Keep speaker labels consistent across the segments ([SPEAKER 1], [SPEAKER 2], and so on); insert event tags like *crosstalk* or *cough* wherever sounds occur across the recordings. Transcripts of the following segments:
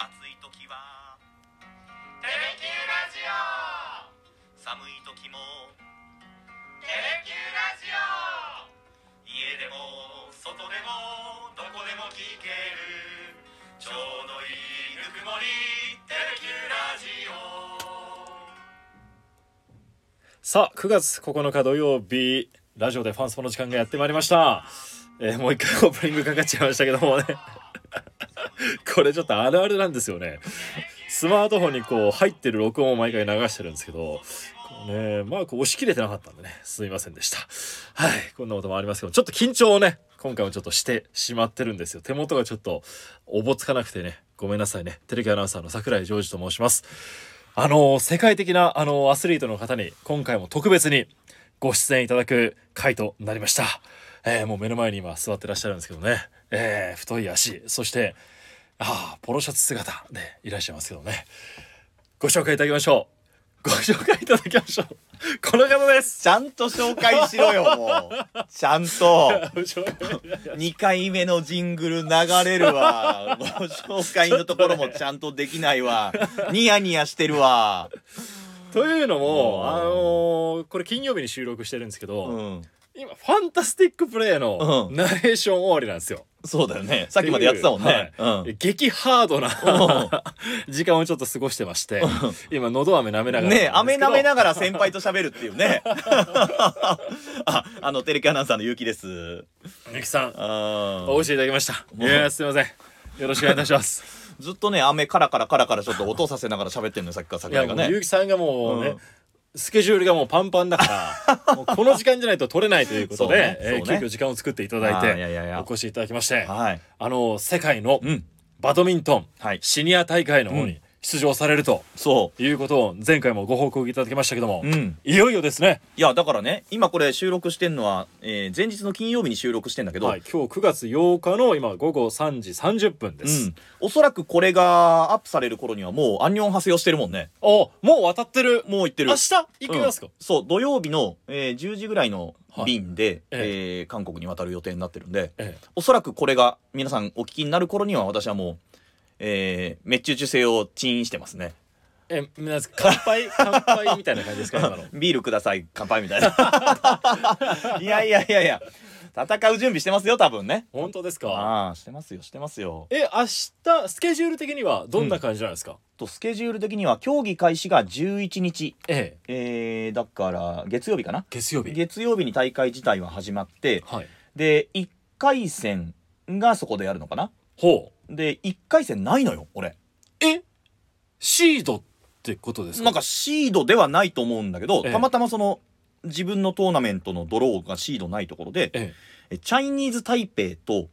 [SPEAKER 1] 時は
[SPEAKER 2] テレキューラジオ
[SPEAKER 1] 寒い時も
[SPEAKER 2] テレキューラジオ
[SPEAKER 1] 家でも外でもどこでも聞けるちょうどいいぬくもりテレキューラジオ
[SPEAKER 3] さあ9月9日土曜日ラジオでファンスポの時間がやってまいりました、えーもう一回オープニングかかっちゃいましたけどもね *laughs* これちょっとあるあるなんですよねスマートフォンにこう入ってる録音を毎回流してるんですけどこうねマーク押し切れてなかったんでねすいませんでしたはいこんなこともありますけどちょっと緊張をね今回もちょっとしてしまってるんですよ手元がちょっとおぼつかなくてねごめんなさいねテレビアナウンサーの桜井ジョージと申しますあの世界的なあのアスリートの方に今回も特別にご出演いただく回となりました、えーもう目の前に今座ってらっしゃるんですけどね、えー太い足そしてああポロシャツ姿でいらっしゃいますけどねご紹介いただきましょうご紹介いただきましょうこの方です
[SPEAKER 4] ちゃんと紹介しろよ、もう。ちゃんと、
[SPEAKER 3] ご紹介
[SPEAKER 4] 2回目のジングル流れるわ。ご紹介のところもちゃんとできないわ。ニヤニヤしてるわ。
[SPEAKER 3] というの
[SPEAKER 4] うん
[SPEAKER 3] もあのーこれ金曜日に収録してるんですけど、
[SPEAKER 4] うん。
[SPEAKER 3] 今「ファンタスティックプレイ」の
[SPEAKER 4] うん
[SPEAKER 3] ナレーション終わりなんですよ。
[SPEAKER 4] そうだよね。 *laughs* さっきまでやってたもんね。
[SPEAKER 3] はい
[SPEAKER 4] うん
[SPEAKER 3] 激ハードな時間をちょっと過ごしてまして今のど飴舐め *laughs* ながら
[SPEAKER 4] ねえ、飴舐めな
[SPEAKER 3] が
[SPEAKER 4] がら先輩と喋るっていうね。 *laughs* あ、あの、テレキアナウンサーのゆうきです。
[SPEAKER 3] らゆきさん
[SPEAKER 4] あ
[SPEAKER 3] お越しいただきましたい
[SPEAKER 4] もう
[SPEAKER 3] やーすいませんよろしくお願いいたします
[SPEAKER 4] ずっとね、飴カラカラカラカラちょっと音させ *laughs* ながら喋ってるのよ、さっきから
[SPEAKER 3] いや
[SPEAKER 4] 桜
[SPEAKER 3] も
[SPEAKER 4] が
[SPEAKER 3] う
[SPEAKER 4] ね
[SPEAKER 3] ゆ。きさんがもうね、
[SPEAKER 4] うん
[SPEAKER 3] スケジュールがもうパンパンだか
[SPEAKER 4] *laughs*
[SPEAKER 3] らもうこの時間じゃないと取れないというこ
[SPEAKER 4] そ
[SPEAKER 3] と
[SPEAKER 4] うね
[SPEAKER 3] で、え
[SPEAKER 4] そ
[SPEAKER 3] ー
[SPEAKER 4] うね
[SPEAKER 3] 急遽時間を作っていただい
[SPEAKER 4] あーいやいやい
[SPEAKER 3] て
[SPEAKER 4] や
[SPEAKER 3] お越しいただきまして
[SPEAKER 4] はい。
[SPEAKER 3] あの世界の
[SPEAKER 4] うん。
[SPEAKER 3] バドミントン
[SPEAKER 4] はい。
[SPEAKER 3] シニア大会の方
[SPEAKER 4] う
[SPEAKER 3] に出場されると
[SPEAKER 4] そ
[SPEAKER 3] いうことを前回もご報告いただきましたけども、
[SPEAKER 4] う。うん。
[SPEAKER 3] いよいよですね
[SPEAKER 4] いやだからね今これ収録してんのは、えー前日の金曜日に収録してんだけど、
[SPEAKER 3] はい、今日9月8日の今午後3時30分で
[SPEAKER 4] う
[SPEAKER 3] す
[SPEAKER 4] ん、、おそらくこれがアップされる頃にはもうアンニョンハセをしてるもんね
[SPEAKER 3] あもう渡ってる
[SPEAKER 4] もう行ってる
[SPEAKER 3] 明日行くんですか
[SPEAKER 4] うん、そう土曜日の、えー10時ぐらいの
[SPEAKER 3] はい
[SPEAKER 4] 便で、
[SPEAKER 3] え
[SPEAKER 4] えー韓国に渡る予定になってるんで
[SPEAKER 3] ええ
[SPEAKER 4] おそらくこれが皆さんお聞きになる頃には私はもう、えー、熱中受精をチーンしてますね
[SPEAKER 3] えなんですか乾 *laughs* 杯乾杯みたいな感じですか今の
[SPEAKER 4] ビールください乾杯みたいな *laughs* いやいやいやいや戦う準備してますよ多分ね
[SPEAKER 3] 本当ですか
[SPEAKER 4] ああしてますよしてますよ
[SPEAKER 3] え明日スケジュール的にはどんな感じなんですか、
[SPEAKER 4] とスケジュール的には競技開始が11日、
[SPEAKER 3] ええ
[SPEAKER 4] えー、だから月曜日かな
[SPEAKER 3] 月曜日
[SPEAKER 4] 月曜日に大会自体は始まって
[SPEAKER 3] はい
[SPEAKER 4] で1回戦がそこでやるのかな
[SPEAKER 3] ほう
[SPEAKER 4] で1回戦ないのよ俺
[SPEAKER 3] えシードってことですか
[SPEAKER 4] なんかシードではないと思うんだけど、
[SPEAKER 3] ええ
[SPEAKER 4] たまたまその自分のトーナメントのドローがシードないところで
[SPEAKER 3] ええ
[SPEAKER 4] えチャイニーズ・台北と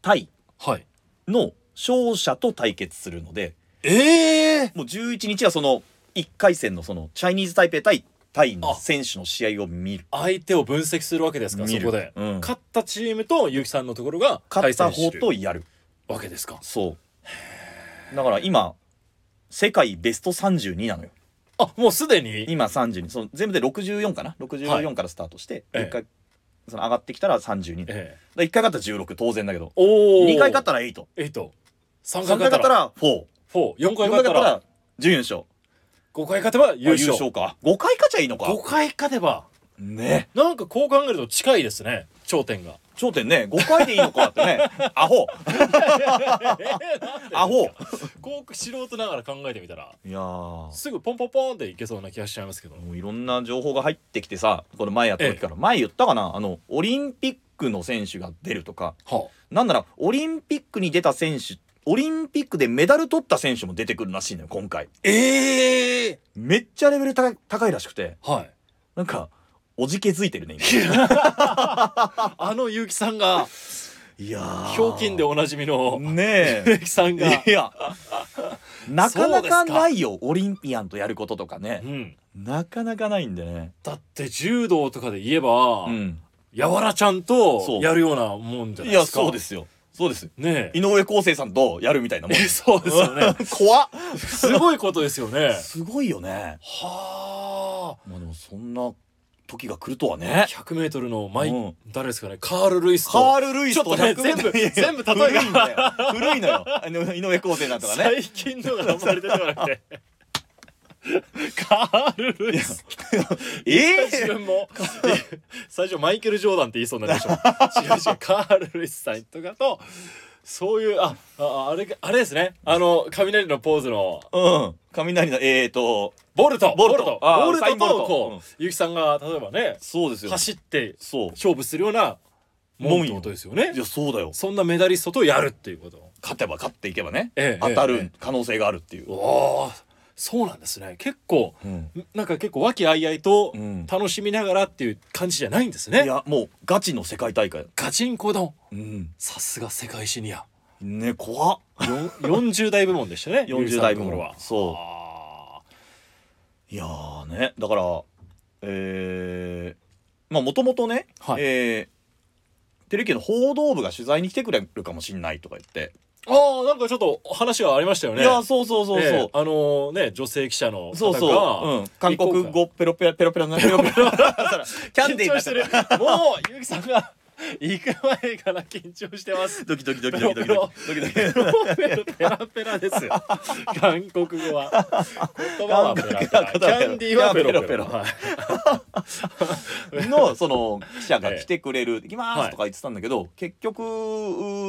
[SPEAKER 4] タイ
[SPEAKER 3] はい
[SPEAKER 4] の勝者と対決するので
[SPEAKER 3] ええ
[SPEAKER 4] もう11日はその1回戦のそのチャイニーズ・台北対タイの選手の試合を見る
[SPEAKER 3] 相手を分析するわけですかそ
[SPEAKER 4] 見る
[SPEAKER 3] こで、
[SPEAKER 4] うん
[SPEAKER 3] 勝ったチームと結城さんのところが
[SPEAKER 4] 勝
[SPEAKER 3] 対
[SPEAKER 4] った
[SPEAKER 3] 戦し
[SPEAKER 4] 方
[SPEAKER 3] て
[SPEAKER 4] と
[SPEAKER 3] る
[SPEAKER 4] やる
[SPEAKER 3] わけですか
[SPEAKER 4] そうだから今世界ベスト32なのよ
[SPEAKER 3] あもうすでに
[SPEAKER 4] 今32その全部で64かな
[SPEAKER 3] は
[SPEAKER 4] 64からスタートして、
[SPEAKER 3] ええ
[SPEAKER 4] 一回その上がってきたら32、だか
[SPEAKER 3] ええ
[SPEAKER 4] ら1回勝ったら16当然だけど
[SPEAKER 3] おお
[SPEAKER 4] 2回勝ったら8
[SPEAKER 3] えっと3
[SPEAKER 4] 3
[SPEAKER 3] 回
[SPEAKER 4] 回勝
[SPEAKER 3] 勝っ
[SPEAKER 4] ったた
[SPEAKER 3] ら
[SPEAKER 4] ら44回
[SPEAKER 3] 44回勝
[SPEAKER 4] 勝
[SPEAKER 3] っ
[SPEAKER 4] ったた
[SPEAKER 3] ら
[SPEAKER 4] ら準優勝
[SPEAKER 3] 5回勝てば優
[SPEAKER 4] 優勝
[SPEAKER 3] 勝
[SPEAKER 4] か5回勝ちゃいいのか
[SPEAKER 3] 5回勝てば
[SPEAKER 4] ね
[SPEAKER 3] なんかこう考えると近いですね頂点が
[SPEAKER 4] 頂点ね5回でいいのかって *laughs* ねアホアホ
[SPEAKER 3] こう素人ながら考えてみたら
[SPEAKER 4] いやーも
[SPEAKER 3] すぐポンポンポンっていけそうな気がしちゃいますけど
[SPEAKER 4] ういろんな情報が入ってきてさこれ前やった時から、前言ったかなあのオリンピックの選手が出るとか
[SPEAKER 3] は
[SPEAKER 4] なんならオリンピックに出た選手オリンピックでメダル取った選手も出てくるらしいのよ今回
[SPEAKER 3] ええ
[SPEAKER 4] めっちゃレベル高い高いらしくて
[SPEAKER 3] はい
[SPEAKER 4] なんかおじけづいてるね
[SPEAKER 3] あの結城さんが
[SPEAKER 4] 今いやー
[SPEAKER 3] ひょうきんでおなじみの
[SPEAKER 4] ね
[SPEAKER 3] 結城さんが
[SPEAKER 4] えいやなかなか
[SPEAKER 3] そうですか
[SPEAKER 4] ないよオリンピアンとやることとか
[SPEAKER 3] う
[SPEAKER 4] ね
[SPEAKER 3] ん
[SPEAKER 4] なかなかないんでね
[SPEAKER 3] だって柔道とかで言えば、
[SPEAKER 4] うん
[SPEAKER 3] やわらちゃんと
[SPEAKER 4] そう
[SPEAKER 3] やるようなもんじゃないいで
[SPEAKER 4] や
[SPEAKER 3] すか
[SPEAKER 4] そうですよそうです
[SPEAKER 3] ね
[SPEAKER 4] 井上康生さんとやるみたい *laughs* なもん
[SPEAKER 3] えそうですよね
[SPEAKER 4] 怖っ
[SPEAKER 3] すごいことですよね
[SPEAKER 4] すごいよね
[SPEAKER 3] はあ
[SPEAKER 4] まあでもそんな時が来るとはね。
[SPEAKER 3] 100m のマイ、
[SPEAKER 4] うん
[SPEAKER 3] 誰ですかねカール・ルイスと
[SPEAKER 4] カール・ルイス
[SPEAKER 3] ちょっとね
[SPEAKER 4] 100
[SPEAKER 3] 全部
[SPEAKER 4] *laughs* いや
[SPEAKER 3] 全部例えが
[SPEAKER 4] 古いんだよ古いのよあの井上康生なんとかね
[SPEAKER 3] 最近のがあんまり出てこな
[SPEAKER 4] *laughs*
[SPEAKER 3] くてカール・ルイス
[SPEAKER 4] *laughs* え
[SPEAKER 3] 自
[SPEAKER 4] え
[SPEAKER 3] 分も *laughs* 最初マイケル・ジョーダンって言いそうになるでしょ
[SPEAKER 4] *laughs*
[SPEAKER 3] 違う違うカール・ルイスさんとかとそういうあああれあれですねあの雷のポーズの
[SPEAKER 4] うん雷のえーと
[SPEAKER 3] ボルト
[SPEAKER 4] ボルト
[SPEAKER 3] ボ
[SPEAKER 4] あー
[SPEAKER 3] ボルト
[SPEAKER 4] ウサインボル
[SPEAKER 3] と
[SPEAKER 4] ト
[SPEAKER 3] こう結城さんが例えばね
[SPEAKER 4] そうですよ
[SPEAKER 3] 走って
[SPEAKER 4] そう
[SPEAKER 3] 勝負するようなもんってことですよね
[SPEAKER 4] いやそうだよ
[SPEAKER 3] そんなメダリストとやるっていうこと
[SPEAKER 4] 勝てば勝っていけばね、
[SPEAKER 3] ええ
[SPEAKER 4] 当た
[SPEAKER 3] ええ
[SPEAKER 4] る可能性があるっていう、
[SPEAKER 3] おーそうなんですね結構
[SPEAKER 4] うん
[SPEAKER 3] なんか結構和気あいあいと
[SPEAKER 4] うん
[SPEAKER 3] 楽しみながらっていう感じじゃないんです
[SPEAKER 4] い
[SPEAKER 3] ね
[SPEAKER 4] やもうガチの世界大会、
[SPEAKER 3] ガチンコ丼
[SPEAKER 4] うん、
[SPEAKER 3] さすが世界シニア
[SPEAKER 4] ね怖っ
[SPEAKER 3] よん40代部門でし
[SPEAKER 4] *laughs*
[SPEAKER 3] たね
[SPEAKER 4] 40代部門
[SPEAKER 3] ゆうさんのところは
[SPEAKER 4] そう
[SPEAKER 3] あ
[SPEAKER 4] いやーねだからえー、まあもともとね、
[SPEAKER 3] はい
[SPEAKER 4] えーテレビの報道部が取材に来てくれるかもしんないとか言って、
[SPEAKER 3] ーあーなんかちょっと話はありましたよね
[SPEAKER 4] いやそうそうそうそう、
[SPEAKER 3] ええあのね女性記者の
[SPEAKER 4] そ
[SPEAKER 3] 方
[SPEAKER 4] う
[SPEAKER 3] が
[SPEAKER 4] そう、うん、韓国語ペロペラペロペラなペロペラキャンディー
[SPEAKER 3] 緊張してる
[SPEAKER 4] な
[SPEAKER 3] もうゆうきさんが行く前から緊張してます
[SPEAKER 4] ドキドキドキドキドキ
[SPEAKER 3] ペロ
[SPEAKER 4] ドキドキ
[SPEAKER 3] ペラペラですよ韓国語は言葉はペラペラ
[SPEAKER 4] 韓
[SPEAKER 3] キ
[SPEAKER 4] 国語は
[SPEAKER 3] ャンディーはペロペロ
[SPEAKER 4] ペロペロ
[SPEAKER 3] はい
[SPEAKER 4] のその記者が来てくれ *laughs* る「行きま
[SPEAKER 3] は
[SPEAKER 4] す」
[SPEAKER 3] い
[SPEAKER 4] とか言ってたんだけど、結局う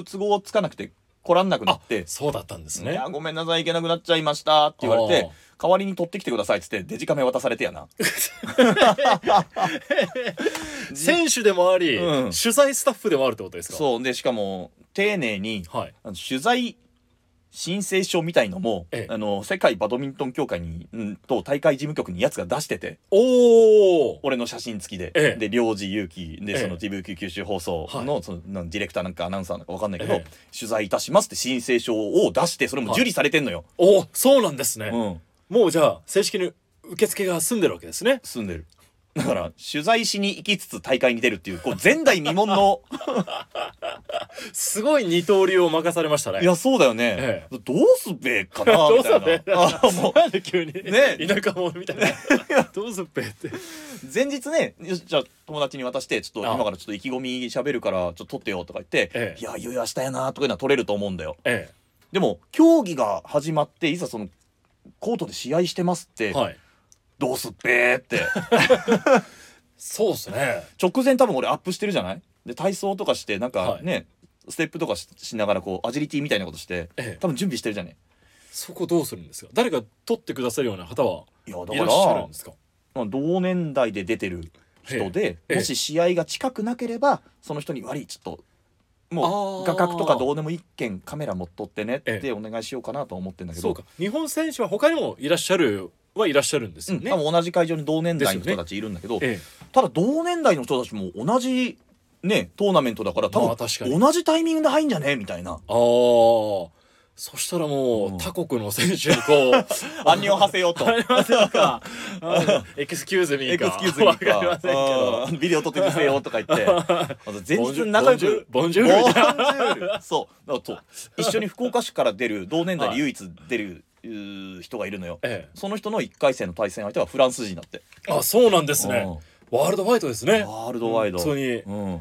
[SPEAKER 4] ー都合つかなくて来らんなくなって
[SPEAKER 3] そうだったんです
[SPEAKER 4] い
[SPEAKER 3] ね
[SPEAKER 4] やごめんなさい行けなくなっちゃいました」って言われ
[SPEAKER 3] あ
[SPEAKER 4] て
[SPEAKER 3] あ
[SPEAKER 4] 「代わりに取ってきてください」っつってデジカメ渡されてやな
[SPEAKER 3] 選手でもあり、
[SPEAKER 4] うん
[SPEAKER 3] 取材スタッフでもあるってことですか
[SPEAKER 4] そうでしかも丁寧に
[SPEAKER 3] はい
[SPEAKER 4] あの取材申請書みたいのも、
[SPEAKER 3] ええ
[SPEAKER 4] あの世界バドミントン協会に、うん、と大会事務局にやつが出してて
[SPEAKER 3] おお
[SPEAKER 4] 俺の写真付きで、
[SPEAKER 3] ええ
[SPEAKER 4] で領事勇気で、
[SPEAKER 3] ええ
[SPEAKER 4] その TVQ 九州放送の,、
[SPEAKER 3] は
[SPEAKER 4] そのなんディレクターなんかアナウンサーなんかわかんないけど、
[SPEAKER 3] ええ
[SPEAKER 4] 取材いたしますって申請書を出してそれも受理されてんのよ、
[SPEAKER 3] おーそうなんですね、
[SPEAKER 4] うん
[SPEAKER 3] もうじゃあ正式に受付が済んでるわけですね
[SPEAKER 4] 住んでるだから取材しに行きつつ大会に出るっていうこう *laughs* 前代未聞の
[SPEAKER 3] すごい二刀流を任されましたね
[SPEAKER 4] いやそうだよね、
[SPEAKER 3] え
[SPEAKER 4] どうすべかな
[SPEAKER 3] *laughs* ど
[SPEAKER 4] み
[SPEAKER 3] うす
[SPEAKER 4] た
[SPEAKER 3] ん
[SPEAKER 4] い
[SPEAKER 3] べ
[SPEAKER 4] な *laughs* あもう
[SPEAKER 3] なんで急に、
[SPEAKER 4] ね
[SPEAKER 3] 田舎者みたいなどうすっぺって
[SPEAKER 4] 前日ねよしじゃあ友達に渡してちょっと
[SPEAKER 3] ああ
[SPEAKER 4] 今からちょっと意気込み喋るからちょっと撮ってよとか言って、
[SPEAKER 3] ええ
[SPEAKER 4] いやいよいよ明日やなとかいうのは撮れると思うんだよ
[SPEAKER 3] え
[SPEAKER 4] でも競技が始まっていざそのコートで試合してますって、
[SPEAKER 3] えはい
[SPEAKER 4] どうすっぺーって
[SPEAKER 3] *laughs* そうですね
[SPEAKER 4] 直前多分俺アップしてるじゃないで体操とかしてなんかね、ステップとかししながらこうアジリティみたいなことして
[SPEAKER 3] ええ
[SPEAKER 4] 多分準備してるじゃね
[SPEAKER 3] そこどうするんですか誰か取ってくださるような方はい
[SPEAKER 4] やだか
[SPEAKER 3] い
[SPEAKER 4] ら
[SPEAKER 3] らっしゃるんですか
[SPEAKER 4] まあ、同年代で出てる人で、
[SPEAKER 3] ええ
[SPEAKER 4] もし試合が近くなければその人に「悪いちょっとも
[SPEAKER 3] あ
[SPEAKER 4] う
[SPEAKER 3] ー
[SPEAKER 4] 画角とかどうでも一件カメラ持っとってね」っ
[SPEAKER 3] ええ
[SPEAKER 4] てお願いしようかなとは思ってんだけど
[SPEAKER 3] そうか日本選手は他にもいらっしゃるはいらっしゃるんです
[SPEAKER 4] う
[SPEAKER 3] よ
[SPEAKER 4] ん
[SPEAKER 3] ね、
[SPEAKER 4] 多分同じ会場に同年代の
[SPEAKER 3] ですよ
[SPEAKER 4] 人
[SPEAKER 3] ね
[SPEAKER 4] たちいるんだけど、
[SPEAKER 3] え
[SPEAKER 4] ただ同年代の人たちも同じねトーナメントだから
[SPEAKER 3] ま
[SPEAKER 4] 多
[SPEAKER 3] あ確か
[SPEAKER 4] 分
[SPEAKER 3] に
[SPEAKER 4] 同じタイミングで入んじゃねみたいな
[SPEAKER 3] え、ああそしたらもう、
[SPEAKER 4] うん
[SPEAKER 3] 他国の選手に
[SPEAKER 4] *laughs*
[SPEAKER 3] こう
[SPEAKER 4] 「アンニョンハセヨ」と
[SPEAKER 3] わかりませんか。エクスキューズミ
[SPEAKER 4] 「エ
[SPEAKER 3] ーか。
[SPEAKER 4] クスキューズミ
[SPEAKER 3] わ
[SPEAKER 4] ー
[SPEAKER 3] か
[SPEAKER 4] か
[SPEAKER 3] りませんけど。
[SPEAKER 4] うんビデオ撮ってみせよ」とか言ってあと前
[SPEAKER 3] ボンジ
[SPEAKER 4] 日
[SPEAKER 3] ュ
[SPEAKER 4] 仲良
[SPEAKER 3] ボンジ
[SPEAKER 4] *laughs*
[SPEAKER 3] ュ
[SPEAKER 4] く
[SPEAKER 3] ボンジュール
[SPEAKER 4] ボン
[SPEAKER 3] み
[SPEAKER 4] ジ
[SPEAKER 3] たいな
[SPEAKER 4] ュールそうだか
[SPEAKER 3] *laughs*
[SPEAKER 4] らと一緒に福岡市から出る同年代で唯一出る、うー人がいるのよ
[SPEAKER 3] え
[SPEAKER 4] その人の1回戦の対戦相手はフランス人だって
[SPEAKER 3] えあ、そうなんですね。ワールドワイドです
[SPEAKER 4] うん
[SPEAKER 3] ね。
[SPEAKER 4] ワールドワイド
[SPEAKER 3] 本当に。
[SPEAKER 4] うん、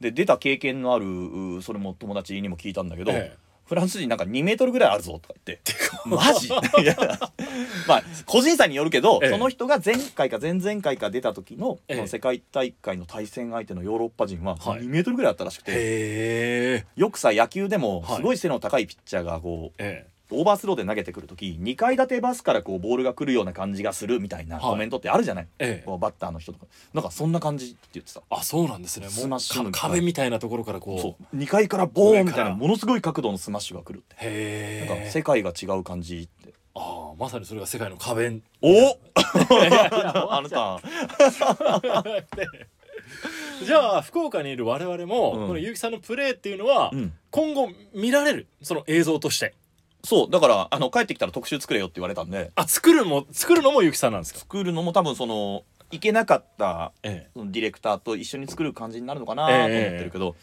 [SPEAKER 4] で出た経験のあるうそれも友達にも聞いたんだけど、
[SPEAKER 3] ええ
[SPEAKER 4] フランス人なんか2メートルぐらいあるぞとか言って
[SPEAKER 3] *laughs*
[SPEAKER 4] 「マジ? 」いやまあ個人差によるけど、
[SPEAKER 3] ええ
[SPEAKER 4] その人が前回か前々回か出た時の,、
[SPEAKER 3] ええ
[SPEAKER 4] その世界大会の対戦相手のヨーロッパ人は
[SPEAKER 3] はい
[SPEAKER 4] 2メートルぐらいあったらしくて、
[SPEAKER 3] へえ。
[SPEAKER 4] よくさ野球でも
[SPEAKER 3] はい
[SPEAKER 4] すごい背の高いピッチャーがこう、
[SPEAKER 3] え
[SPEAKER 4] オーバースローで投げてくる時2階建てバスからこうボールが来るような感じがするみたいな
[SPEAKER 3] はい
[SPEAKER 4] コメントってあるじゃない、
[SPEAKER 3] え。ええ。
[SPEAKER 4] こうバッターの人とかなんかそんな感じって言ってた。
[SPEAKER 3] あ、そうなんですね。
[SPEAKER 4] ス
[SPEAKER 3] も
[SPEAKER 4] マッシュの
[SPEAKER 3] うか壁みたいなところからこ。
[SPEAKER 4] そうう2階からボーンみたい
[SPEAKER 3] 上から
[SPEAKER 4] なものすごい角度のスマッシュが来るって、なんか
[SPEAKER 3] へえ。
[SPEAKER 4] 世界が違う感じって
[SPEAKER 3] ああ、まさにそれが世界の壁。
[SPEAKER 4] *laughs* おあなた
[SPEAKER 3] じゃあ、福岡にいる我々も、
[SPEAKER 4] うん
[SPEAKER 3] この結城さんのプレーっていうのは、
[SPEAKER 4] うん
[SPEAKER 3] 今後見られる。その映像として。
[SPEAKER 4] そうだからあの帰ってきたら特集作れよって言われたんで
[SPEAKER 3] あ、作るも、作るのも結城さんなんですか。
[SPEAKER 4] 作るのも多分その行けなかった
[SPEAKER 3] ええ。
[SPEAKER 4] そのディレクターと一緒に作る感じになるのかなと思ってるけど、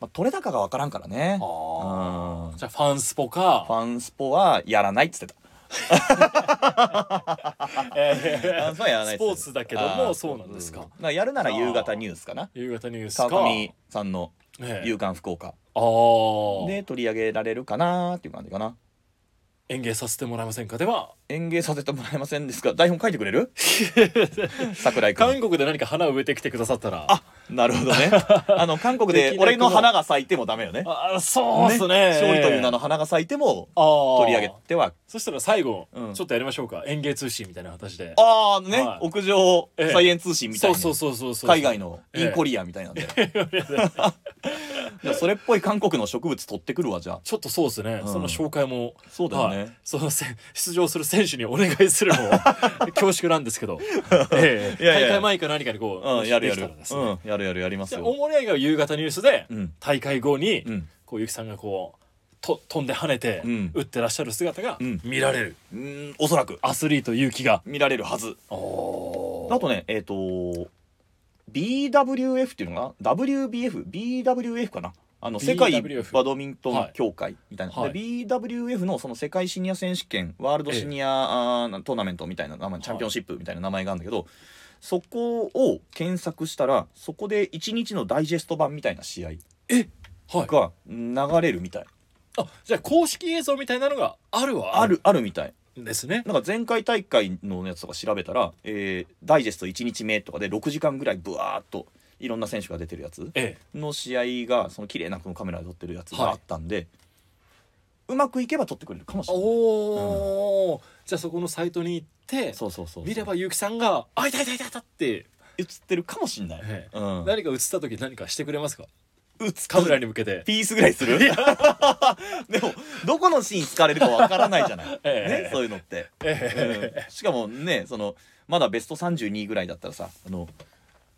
[SPEAKER 4] まあ、取れ高が分からんからね
[SPEAKER 3] ああ。
[SPEAKER 4] うん
[SPEAKER 3] じゃあ、ファンスポか。
[SPEAKER 4] ファンスポはやらないっつってた
[SPEAKER 3] え
[SPEAKER 4] あそうやら
[SPEAKER 3] ー
[SPEAKER 4] ないっ
[SPEAKER 3] ス
[SPEAKER 4] すね
[SPEAKER 3] ポーツだけど
[SPEAKER 4] あ
[SPEAKER 3] も
[SPEAKER 4] ー
[SPEAKER 3] そうなんですか
[SPEAKER 4] まあやるなら夕方ニュースかな
[SPEAKER 3] 夕方ニュースか
[SPEAKER 4] 川上さんの
[SPEAKER 3] え
[SPEAKER 4] 「
[SPEAKER 3] え
[SPEAKER 4] 夕刊福岡
[SPEAKER 3] あ」あ
[SPEAKER 4] で取り上げられるかなっていう感じかな
[SPEAKER 3] 演芸させてもらえませんかでは
[SPEAKER 4] 演芸させてもらえませんですか台本書いてくれ *laughs* る桜井
[SPEAKER 3] 韓
[SPEAKER 4] 君
[SPEAKER 3] 国で何か花を植えてきてくださったら
[SPEAKER 4] あなるほどね
[SPEAKER 3] *laughs*
[SPEAKER 4] あの韓国で
[SPEAKER 3] できなくも
[SPEAKER 4] 俺の花が咲いてもダメよね
[SPEAKER 3] あそうっすね
[SPEAKER 4] 勝利という名の花が咲いても
[SPEAKER 3] 取
[SPEAKER 4] 取り上げては
[SPEAKER 3] そしたら最後、
[SPEAKER 4] うん
[SPEAKER 3] ちょっとやりましょうか園芸通信みたいな形で
[SPEAKER 4] ああね、
[SPEAKER 3] はい
[SPEAKER 4] 屋上
[SPEAKER 3] ええ
[SPEAKER 4] 再演通信みたいな、
[SPEAKER 3] そうそうそうそうそう
[SPEAKER 4] 海外の
[SPEAKER 3] ええ
[SPEAKER 4] インコリアみたい
[SPEAKER 3] *laughs*
[SPEAKER 4] なんで、じゃあそれっぽい韓国の植物取ってくるわじゃあ
[SPEAKER 3] ちょっとそうですね、
[SPEAKER 4] うん
[SPEAKER 3] その紹介も
[SPEAKER 4] そうだよね、
[SPEAKER 3] はい、そのせ出場する選手にお願いす
[SPEAKER 4] *laughs*
[SPEAKER 3] るのも恐縮なんですけど、ええ
[SPEAKER 4] いやいやいや
[SPEAKER 3] 大会前か何かにこう、
[SPEAKER 4] うん、やるやる、
[SPEAKER 3] できたらですね
[SPEAKER 4] うん、やるやるやります
[SPEAKER 3] じゃあ
[SPEAKER 4] よ
[SPEAKER 3] 大盛り上がりは夕方ニュースで、
[SPEAKER 4] うん
[SPEAKER 3] 大会後に、
[SPEAKER 4] うん
[SPEAKER 3] こうゆきさんがこうと飛んで跳ねて、
[SPEAKER 4] うん
[SPEAKER 3] 打ってらっしゃる姿が
[SPEAKER 4] うん
[SPEAKER 3] 見られる、
[SPEAKER 4] うんおそらく
[SPEAKER 3] アスリートゆきが
[SPEAKER 4] 見られるはず
[SPEAKER 3] お
[SPEAKER 4] あとねえっ、と BWF っていうのが WBFBWF かなあの
[SPEAKER 3] BWF
[SPEAKER 4] 世界バドミントン協会みたいな、
[SPEAKER 3] はい
[SPEAKER 4] で BWF のその世界シニア選手権ワールドシニア、あートーナメントみたいな名前チャンピオンシップみたいな名前があるんだけど、そこを検索したらそこで1日のダイジェスト版みたいな試合
[SPEAKER 3] はい
[SPEAKER 4] が流れるみたい、
[SPEAKER 3] あじゃあ公式映像みたいなのがあるは
[SPEAKER 4] あるあるみたい
[SPEAKER 3] ですね
[SPEAKER 4] なんか前回大会のやつとか調べたら、えーダイジェスト1日目とかで6時間ぐらいブワーっといろんな選手が出てるやつ
[SPEAKER 3] え
[SPEAKER 4] の試合がその綺麗なこのカメラで撮ってるやつ
[SPEAKER 3] は
[SPEAKER 4] が
[SPEAKER 3] い
[SPEAKER 4] あったんで、うまくいけば撮ってくれるかもし
[SPEAKER 3] え
[SPEAKER 4] れない
[SPEAKER 3] おお、じゃあそこのサイトに行って
[SPEAKER 4] そうそうそう
[SPEAKER 3] 見ればゆきさんが「あいたいたいたいた」って、
[SPEAKER 4] 映ってるかもしれない、
[SPEAKER 3] ええ
[SPEAKER 4] うん
[SPEAKER 3] 何か映った時何かしてくれますか
[SPEAKER 4] 映つ
[SPEAKER 3] カメラに向
[SPEAKER 4] *laughs*
[SPEAKER 3] けて
[SPEAKER 4] ピースぐらいするでもどこのシーン疲れるかわからないじゃない、
[SPEAKER 3] え
[SPEAKER 4] ね、
[SPEAKER 3] *laughs* え
[SPEAKER 4] そういうのって、
[SPEAKER 3] え
[SPEAKER 4] うんしかもねそのまだベスト32ぐらいだったらさあの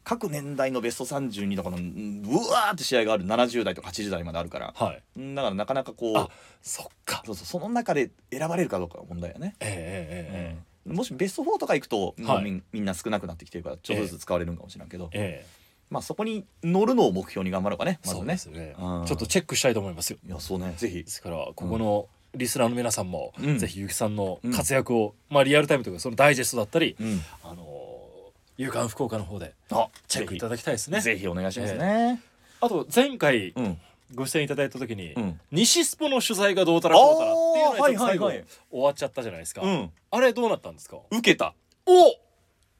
[SPEAKER 4] 各年代のベスト32とかのうんうわーって試合がある70代とか80代まであるから
[SPEAKER 3] はい
[SPEAKER 4] うんだからなかなかこう
[SPEAKER 3] あそっか
[SPEAKER 4] そうそうその中で選ばれるかどうかが問題やね、
[SPEAKER 3] えええ
[SPEAKER 4] もしベスト4とか行くと、もう
[SPEAKER 3] はい
[SPEAKER 4] みんみんな少なくなってきてるからちょっとずつ使われるんかもしれんけど、
[SPEAKER 3] ええええ
[SPEAKER 4] まあそこに乗るのを目標に頑張ろうかねまず
[SPEAKER 3] そう
[SPEAKER 4] ね
[SPEAKER 3] ですね
[SPEAKER 4] うん
[SPEAKER 3] ちょっとチェックしたいと思いますよ
[SPEAKER 4] いやそうねぜひ
[SPEAKER 3] ですからここのリスナーの皆さんも、
[SPEAKER 4] うん
[SPEAKER 3] ぜひゆきさんの活躍を、まあリアルタイムというかそのダイジェストだったり、
[SPEAKER 4] うん
[SPEAKER 3] あのー、夕刊福岡の方で
[SPEAKER 4] あ
[SPEAKER 3] チェックいただきたいですね
[SPEAKER 4] ぜひお願いしますね、
[SPEAKER 3] あと前回
[SPEAKER 4] うん
[SPEAKER 3] ご出演いただいた時に、
[SPEAKER 4] うん
[SPEAKER 3] 西スポの取材がどうたらこうたらっていうのがちょっと
[SPEAKER 4] あーは
[SPEAKER 3] 最
[SPEAKER 4] い
[SPEAKER 3] 後
[SPEAKER 4] はいはい
[SPEAKER 3] 終わっちゃったじゃないですか、
[SPEAKER 4] うん
[SPEAKER 3] あれどうなったんですか
[SPEAKER 4] 受けた
[SPEAKER 3] お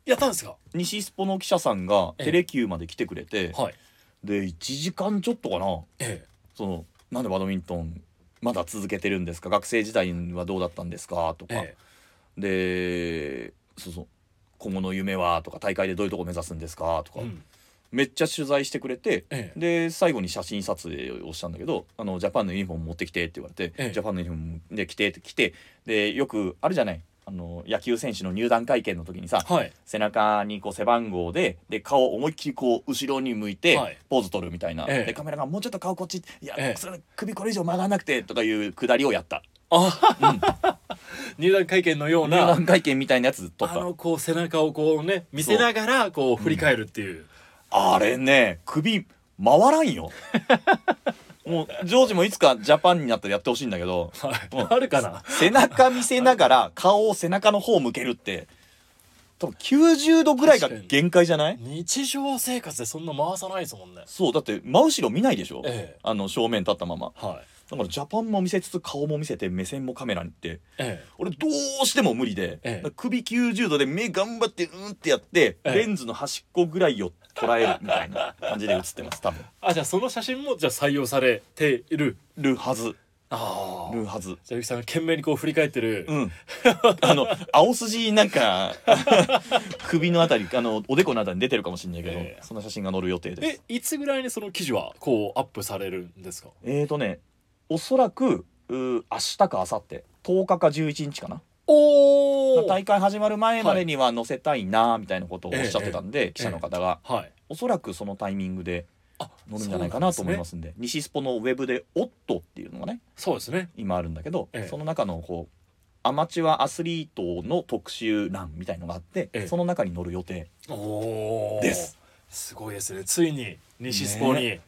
[SPEAKER 3] やったんですか
[SPEAKER 4] 西スポの記者さんが
[SPEAKER 3] ええ
[SPEAKER 4] テレキューまで来てくれて、
[SPEAKER 3] はい
[SPEAKER 4] で1時間ちょっとかな
[SPEAKER 3] ええ
[SPEAKER 4] そのなんでバドミントンまだ続けてるんですか学生時代はどうだったんですかとか、
[SPEAKER 3] え
[SPEAKER 4] でそうそう今後の夢はとか大会でどういうとこ目指すんですかとか、
[SPEAKER 3] えうん
[SPEAKER 4] めっちゃ取材してくれて、
[SPEAKER 3] ええ
[SPEAKER 4] で最後に写真撮影をしたんだけどあのジャパンのユニフォーム持ってきてって言われて、
[SPEAKER 3] ええ
[SPEAKER 4] ジャパンのユニフォームで着てって来てでよくあるじゃないあの野球選手の入団会見の時にさ、
[SPEAKER 3] はい
[SPEAKER 4] 背中にこう背番号でで顔を思いっきりこう後ろに向いて
[SPEAKER 3] はい
[SPEAKER 4] ポーズ取るみたいな、
[SPEAKER 3] ええ
[SPEAKER 4] でカメラが「もうちょっと顔こっち」いや、
[SPEAKER 3] ええ
[SPEAKER 4] それ首これ以上曲がらなくて」とかいうくだりをやった
[SPEAKER 3] あ、入団会見のよう
[SPEAKER 4] 入
[SPEAKER 3] な
[SPEAKER 4] 団会見みたいなやつ撮っ
[SPEAKER 3] あ
[SPEAKER 4] た
[SPEAKER 3] のこう背中をこうね見せながらこう振り返るっていう
[SPEAKER 4] あれね首回らん
[SPEAKER 3] *laughs*
[SPEAKER 4] よもうジョージもいつかジャパンになったらやってほしいんだけど
[SPEAKER 3] はい
[SPEAKER 4] うん
[SPEAKER 3] あるかな
[SPEAKER 4] 背中見せながら顔を背中の方向けるって多分90度ぐらいが限界じゃない
[SPEAKER 3] 日常生活でそんな回さないですもんね
[SPEAKER 4] そうだって真後ろ見ないでしょ、
[SPEAKER 3] ええ
[SPEAKER 4] あの正面立ったまま
[SPEAKER 3] はい
[SPEAKER 4] だからジャパンも見せつつ顔も見せて目線もカメラにって
[SPEAKER 3] え
[SPEAKER 4] 俺どうしても無理で、
[SPEAKER 3] ええ
[SPEAKER 4] 首90度で目頑張ってうんってやって、
[SPEAKER 3] ええ
[SPEAKER 4] レンズの端っこぐらいを捉えるみたいな感じで写ってます多
[SPEAKER 3] *laughs*
[SPEAKER 4] 分
[SPEAKER 3] えあじゃあその写真もじゃあ採用されている
[SPEAKER 4] るはず
[SPEAKER 3] あ
[SPEAKER 4] るはず
[SPEAKER 3] じゃあゆきさんが懸命にこう振り返ってる、
[SPEAKER 4] うんあ
[SPEAKER 3] *laughs*
[SPEAKER 4] の青筋なんか *laughs* 首のあたりあのおでこのあたりに出てるかもしれないけど、
[SPEAKER 3] ええ
[SPEAKER 4] そんな写真が載る予定です
[SPEAKER 3] えいつぐらいにその記事はこうアップされるんですか
[SPEAKER 4] えーとねおそらくうー明日か明後日10日か11日かな
[SPEAKER 3] おお
[SPEAKER 4] 大会始まる前までには載せたいなーみたいなことをおっしゃってたんで、記者の方が、
[SPEAKER 3] はい
[SPEAKER 4] おそらくそのタイミングで
[SPEAKER 3] あ
[SPEAKER 4] 乗るんじゃないかなと思いますすんで西スポのウェブで「オットっていうのがね
[SPEAKER 3] そうですね
[SPEAKER 4] 今あるんだけど、
[SPEAKER 3] ええ
[SPEAKER 4] その中のこうアマチュアアスリートの特集欄みたいのがあって、
[SPEAKER 3] ええ
[SPEAKER 4] その中に乗る予定
[SPEAKER 3] おお
[SPEAKER 4] です
[SPEAKER 3] すごいですねついに西スポに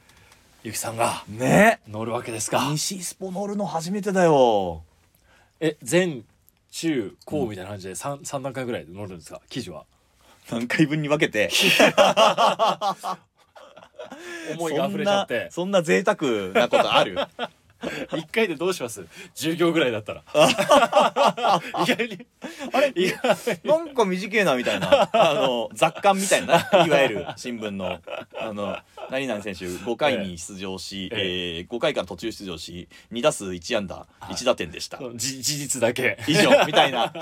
[SPEAKER 3] ゆきさんが
[SPEAKER 4] ね
[SPEAKER 3] 乗るわけですか
[SPEAKER 4] 西スポ乗るの初めてだよ
[SPEAKER 3] え全中高みたいな感じで 3, 三段階ぐらいで載るんですか記事は
[SPEAKER 4] 何回分に分けて
[SPEAKER 3] 思いが溢れちゃって
[SPEAKER 4] そんなそんな贅沢なことある
[SPEAKER 3] 1回でどうします10行ぐらいだったら *laughs* 意外に
[SPEAKER 4] あれ
[SPEAKER 3] 意外
[SPEAKER 4] なんか短いなみたいなあの雑感みたいないわゆる新聞のあの何々選手5回に出場し、え
[SPEAKER 3] ええ
[SPEAKER 4] 5回から途中出場し2打数1安打1打点でした、
[SPEAKER 3] じ事実だけ
[SPEAKER 4] 以上みたいな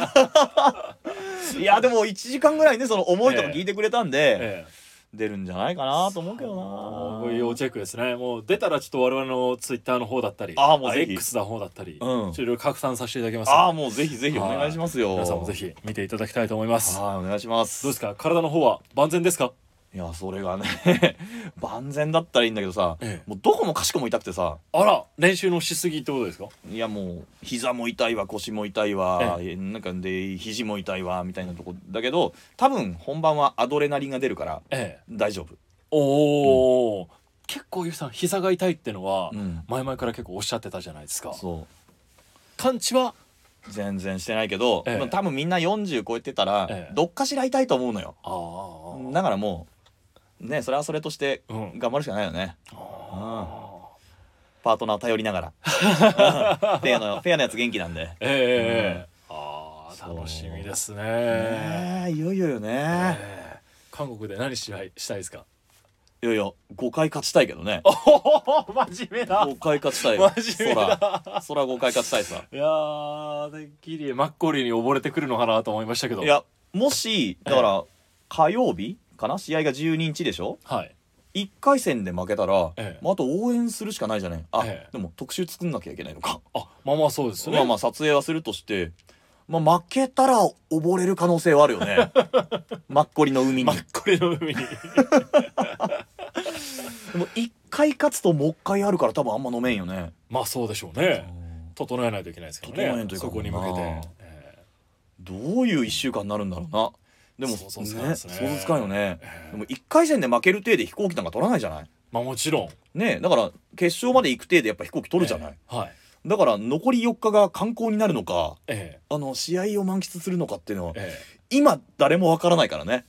[SPEAKER 4] いやでも1時間ぐらいねその思いとか聞いてくれたんで、
[SPEAKER 3] ええ
[SPEAKER 4] 出るんじゃないかなと思うけど
[SPEAKER 3] も
[SPEAKER 4] な
[SPEAKER 3] う要チェックですねもう出たらちょっと我々のツイッターの方だったり
[SPEAKER 4] あーもうぜひ
[SPEAKER 3] X の方だったり、
[SPEAKER 4] うん
[SPEAKER 3] ちょっといろいろ拡散させていただきますので
[SPEAKER 4] ああもうぜひぜひお願いしますよ
[SPEAKER 3] 皆さんもぜひ見ていただきたいと思いますど
[SPEAKER 4] はいお願いします
[SPEAKER 3] うですか体の方は万全ですか
[SPEAKER 4] いやそれがね万全だったらいいんだけどさ、
[SPEAKER 3] ええ
[SPEAKER 4] もうどこもかしこも痛くてさ
[SPEAKER 3] あら練習のしすぎってことですか
[SPEAKER 4] いやもう膝も痛いわ腰も痛いわ、えなんかで肘も痛いわみたいなとこだけど多分本番はアドレナリンが出るから
[SPEAKER 3] ええ
[SPEAKER 4] 大丈夫
[SPEAKER 3] おお、結構ゆうさん膝が痛いってのは、
[SPEAKER 4] うん
[SPEAKER 3] 前々から結構おっしゃってたじゃないですか
[SPEAKER 4] そ
[SPEAKER 3] 完治は
[SPEAKER 4] う全然してないけど、
[SPEAKER 3] ええ
[SPEAKER 4] まあ多分みんな40超えてたら、
[SPEAKER 3] ええ
[SPEAKER 4] どっかしら痛いと思うのよ
[SPEAKER 3] ああ
[SPEAKER 4] だからもうねそれはそれとして
[SPEAKER 3] うん
[SPEAKER 4] 頑張るしかないよね、うんパートナー頼りながらうんペアのペアのやつ元気なんで
[SPEAKER 3] ええええああ
[SPEAKER 4] そう
[SPEAKER 3] 楽しみですね
[SPEAKER 4] ねえいよいよよね
[SPEAKER 3] ええ韓国で何試合したいですか
[SPEAKER 4] いやいや5回勝ちたいけどね
[SPEAKER 3] おお真面目だ
[SPEAKER 4] 5回勝ちたい
[SPEAKER 3] 真面目
[SPEAKER 4] 空空5回勝ちたいさ
[SPEAKER 3] いやーてっきりマッコリーに溺れてくるのかなと思いましたけど
[SPEAKER 4] いやもしだから火曜日かな試合が12日でしょ
[SPEAKER 3] はい
[SPEAKER 4] 1回戦で負けたら、
[SPEAKER 3] ええ
[SPEAKER 4] まあ、あと応援するしかないじゃないあ、
[SPEAKER 3] ええ
[SPEAKER 4] でも特集作んなきゃいけないのか
[SPEAKER 3] あまあまあそうですね
[SPEAKER 4] まあまあ撮影はするとして、まあ、負けたら溺れる可能性はあるよ
[SPEAKER 3] *laughs*
[SPEAKER 4] ねマッコリの海に
[SPEAKER 3] マッコリの海に
[SPEAKER 4] でも1回勝つともう1回あるから多分あんま飲めんよね
[SPEAKER 3] *laughs* まあそうでしょうね整えないといけないですけどね
[SPEAKER 4] 整えんといかん
[SPEAKER 3] そ
[SPEAKER 4] も
[SPEAKER 3] こ
[SPEAKER 4] んな
[SPEAKER 3] に向けて、え
[SPEAKER 4] どういう1週間になるんだろうなでも
[SPEAKER 3] 想像つかないですね
[SPEAKER 4] 想像つかんよね
[SPEAKER 3] え
[SPEAKER 4] でも1回戦で負ける体で飛行機なんか取らないじゃない
[SPEAKER 3] まあもちろん
[SPEAKER 4] ねえだから決勝まで行く体でやっぱ飛行機取るじゃない、
[SPEAKER 3] ええはい
[SPEAKER 4] だから残り4日が観光になるのか
[SPEAKER 3] え
[SPEAKER 4] あの試合を満喫するのかっていうのは
[SPEAKER 3] ええ
[SPEAKER 4] 今誰もわからないからね、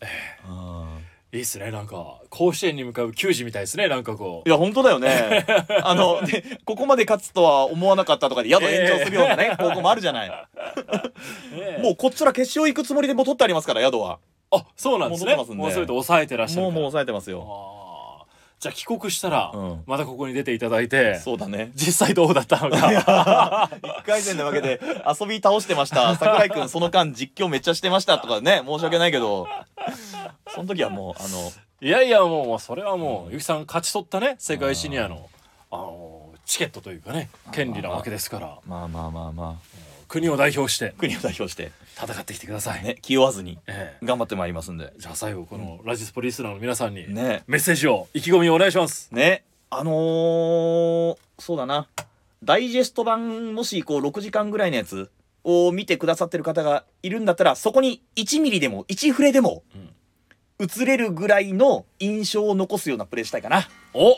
[SPEAKER 4] うん
[SPEAKER 3] えいいっすねなんか甲子園に向かう球児みたいですねなんかこ
[SPEAKER 4] いうや本当だよねあのでここまで勝つとは思わなかったとかで宿延長するようなね高校もあるじゃないも
[SPEAKER 3] もう
[SPEAKER 4] うこっちら決勝行くつもりでもう取ってありますから宿は
[SPEAKER 3] あそうなんですね
[SPEAKER 4] 戻ってますんで
[SPEAKER 3] もうそれと抑えてらっしゃ
[SPEAKER 4] もうも
[SPEAKER 3] る
[SPEAKER 4] う
[SPEAKER 3] か
[SPEAKER 4] 抑
[SPEAKER 3] ら
[SPEAKER 4] えてますよ
[SPEAKER 3] あーじゃあ帰国したら、
[SPEAKER 4] うん
[SPEAKER 3] またここに出ていただいて
[SPEAKER 4] そうだね
[SPEAKER 3] 実際どうだったのか
[SPEAKER 4] 1回戦で負けて遊び倒してました桜井君その間実況めっちゃしてましたとかね申し訳ないけどその時はもうあの
[SPEAKER 3] いやいやもうもうそれはもうゆきさん勝ち取ったね世界シニアのあのチケットというかね権利なわけですから
[SPEAKER 4] まあまあまあま
[SPEAKER 3] 国を代表して
[SPEAKER 4] あ国を代表して
[SPEAKER 3] 戦ってきてください、
[SPEAKER 4] ね気負わずに
[SPEAKER 3] ええ
[SPEAKER 4] 頑張ってまいりますんで
[SPEAKER 3] じゃあ最後このラジスポリスナーの皆さんにメ
[SPEAKER 4] ね
[SPEAKER 3] ッセージを意気込みをお願いします
[SPEAKER 4] ねあのー、そうだなダイジェスト版もしこう6時間ぐらいのやつを見てくださってる方がいるんだったらそこに1ミリでも1フレでも
[SPEAKER 3] ん
[SPEAKER 4] 映れるぐらいの印象を残すようなプレーしたいかな
[SPEAKER 3] お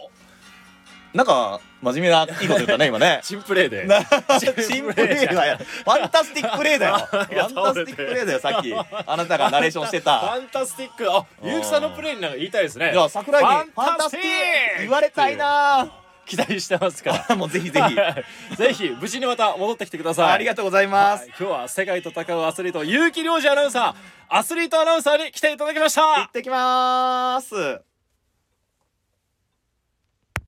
[SPEAKER 4] なんか真面目ないいこと言ったね今
[SPEAKER 3] *laughs*
[SPEAKER 4] ね
[SPEAKER 3] チンプレーで
[SPEAKER 4] な
[SPEAKER 3] チ
[SPEAKER 4] チ
[SPEAKER 3] ン
[SPEAKER 4] ン
[SPEAKER 3] プ
[SPEAKER 4] プ
[SPEAKER 3] レ
[SPEAKER 4] レー
[SPEAKER 3] ーじゃん
[SPEAKER 4] はやファンタスティックプレーだよファン
[SPEAKER 3] や倒
[SPEAKER 4] タ
[SPEAKER 3] れ
[SPEAKER 4] ス
[SPEAKER 3] て
[SPEAKER 4] ティックプレーだよさっきあなたがナレーションして
[SPEAKER 3] フ *laughs*
[SPEAKER 4] た
[SPEAKER 3] ァンタスティックあゆうきさんのプレーになんか言いたいですね
[SPEAKER 4] いや桜井に
[SPEAKER 3] フ
[SPEAKER 4] フ
[SPEAKER 3] ァ
[SPEAKER 4] ァ
[SPEAKER 3] ン
[SPEAKER 4] ンタ
[SPEAKER 3] タス
[SPEAKER 4] ス
[SPEAKER 3] テ
[SPEAKER 4] テ
[SPEAKER 3] ィ
[SPEAKER 4] ィ
[SPEAKER 3] ッ
[SPEAKER 4] ッ
[SPEAKER 3] ク
[SPEAKER 4] ク言われたいな
[SPEAKER 3] 期待してますから *laughs*
[SPEAKER 4] あも *laughs* うぜひぜひ
[SPEAKER 3] ぜひ無事にまた戻ってきてください
[SPEAKER 4] ありがとうございます
[SPEAKER 3] はい、今日は世界と戦うアスリート結城良二アナウンサーアスリートアナウンサーに来ていただきました
[SPEAKER 4] 行ってきます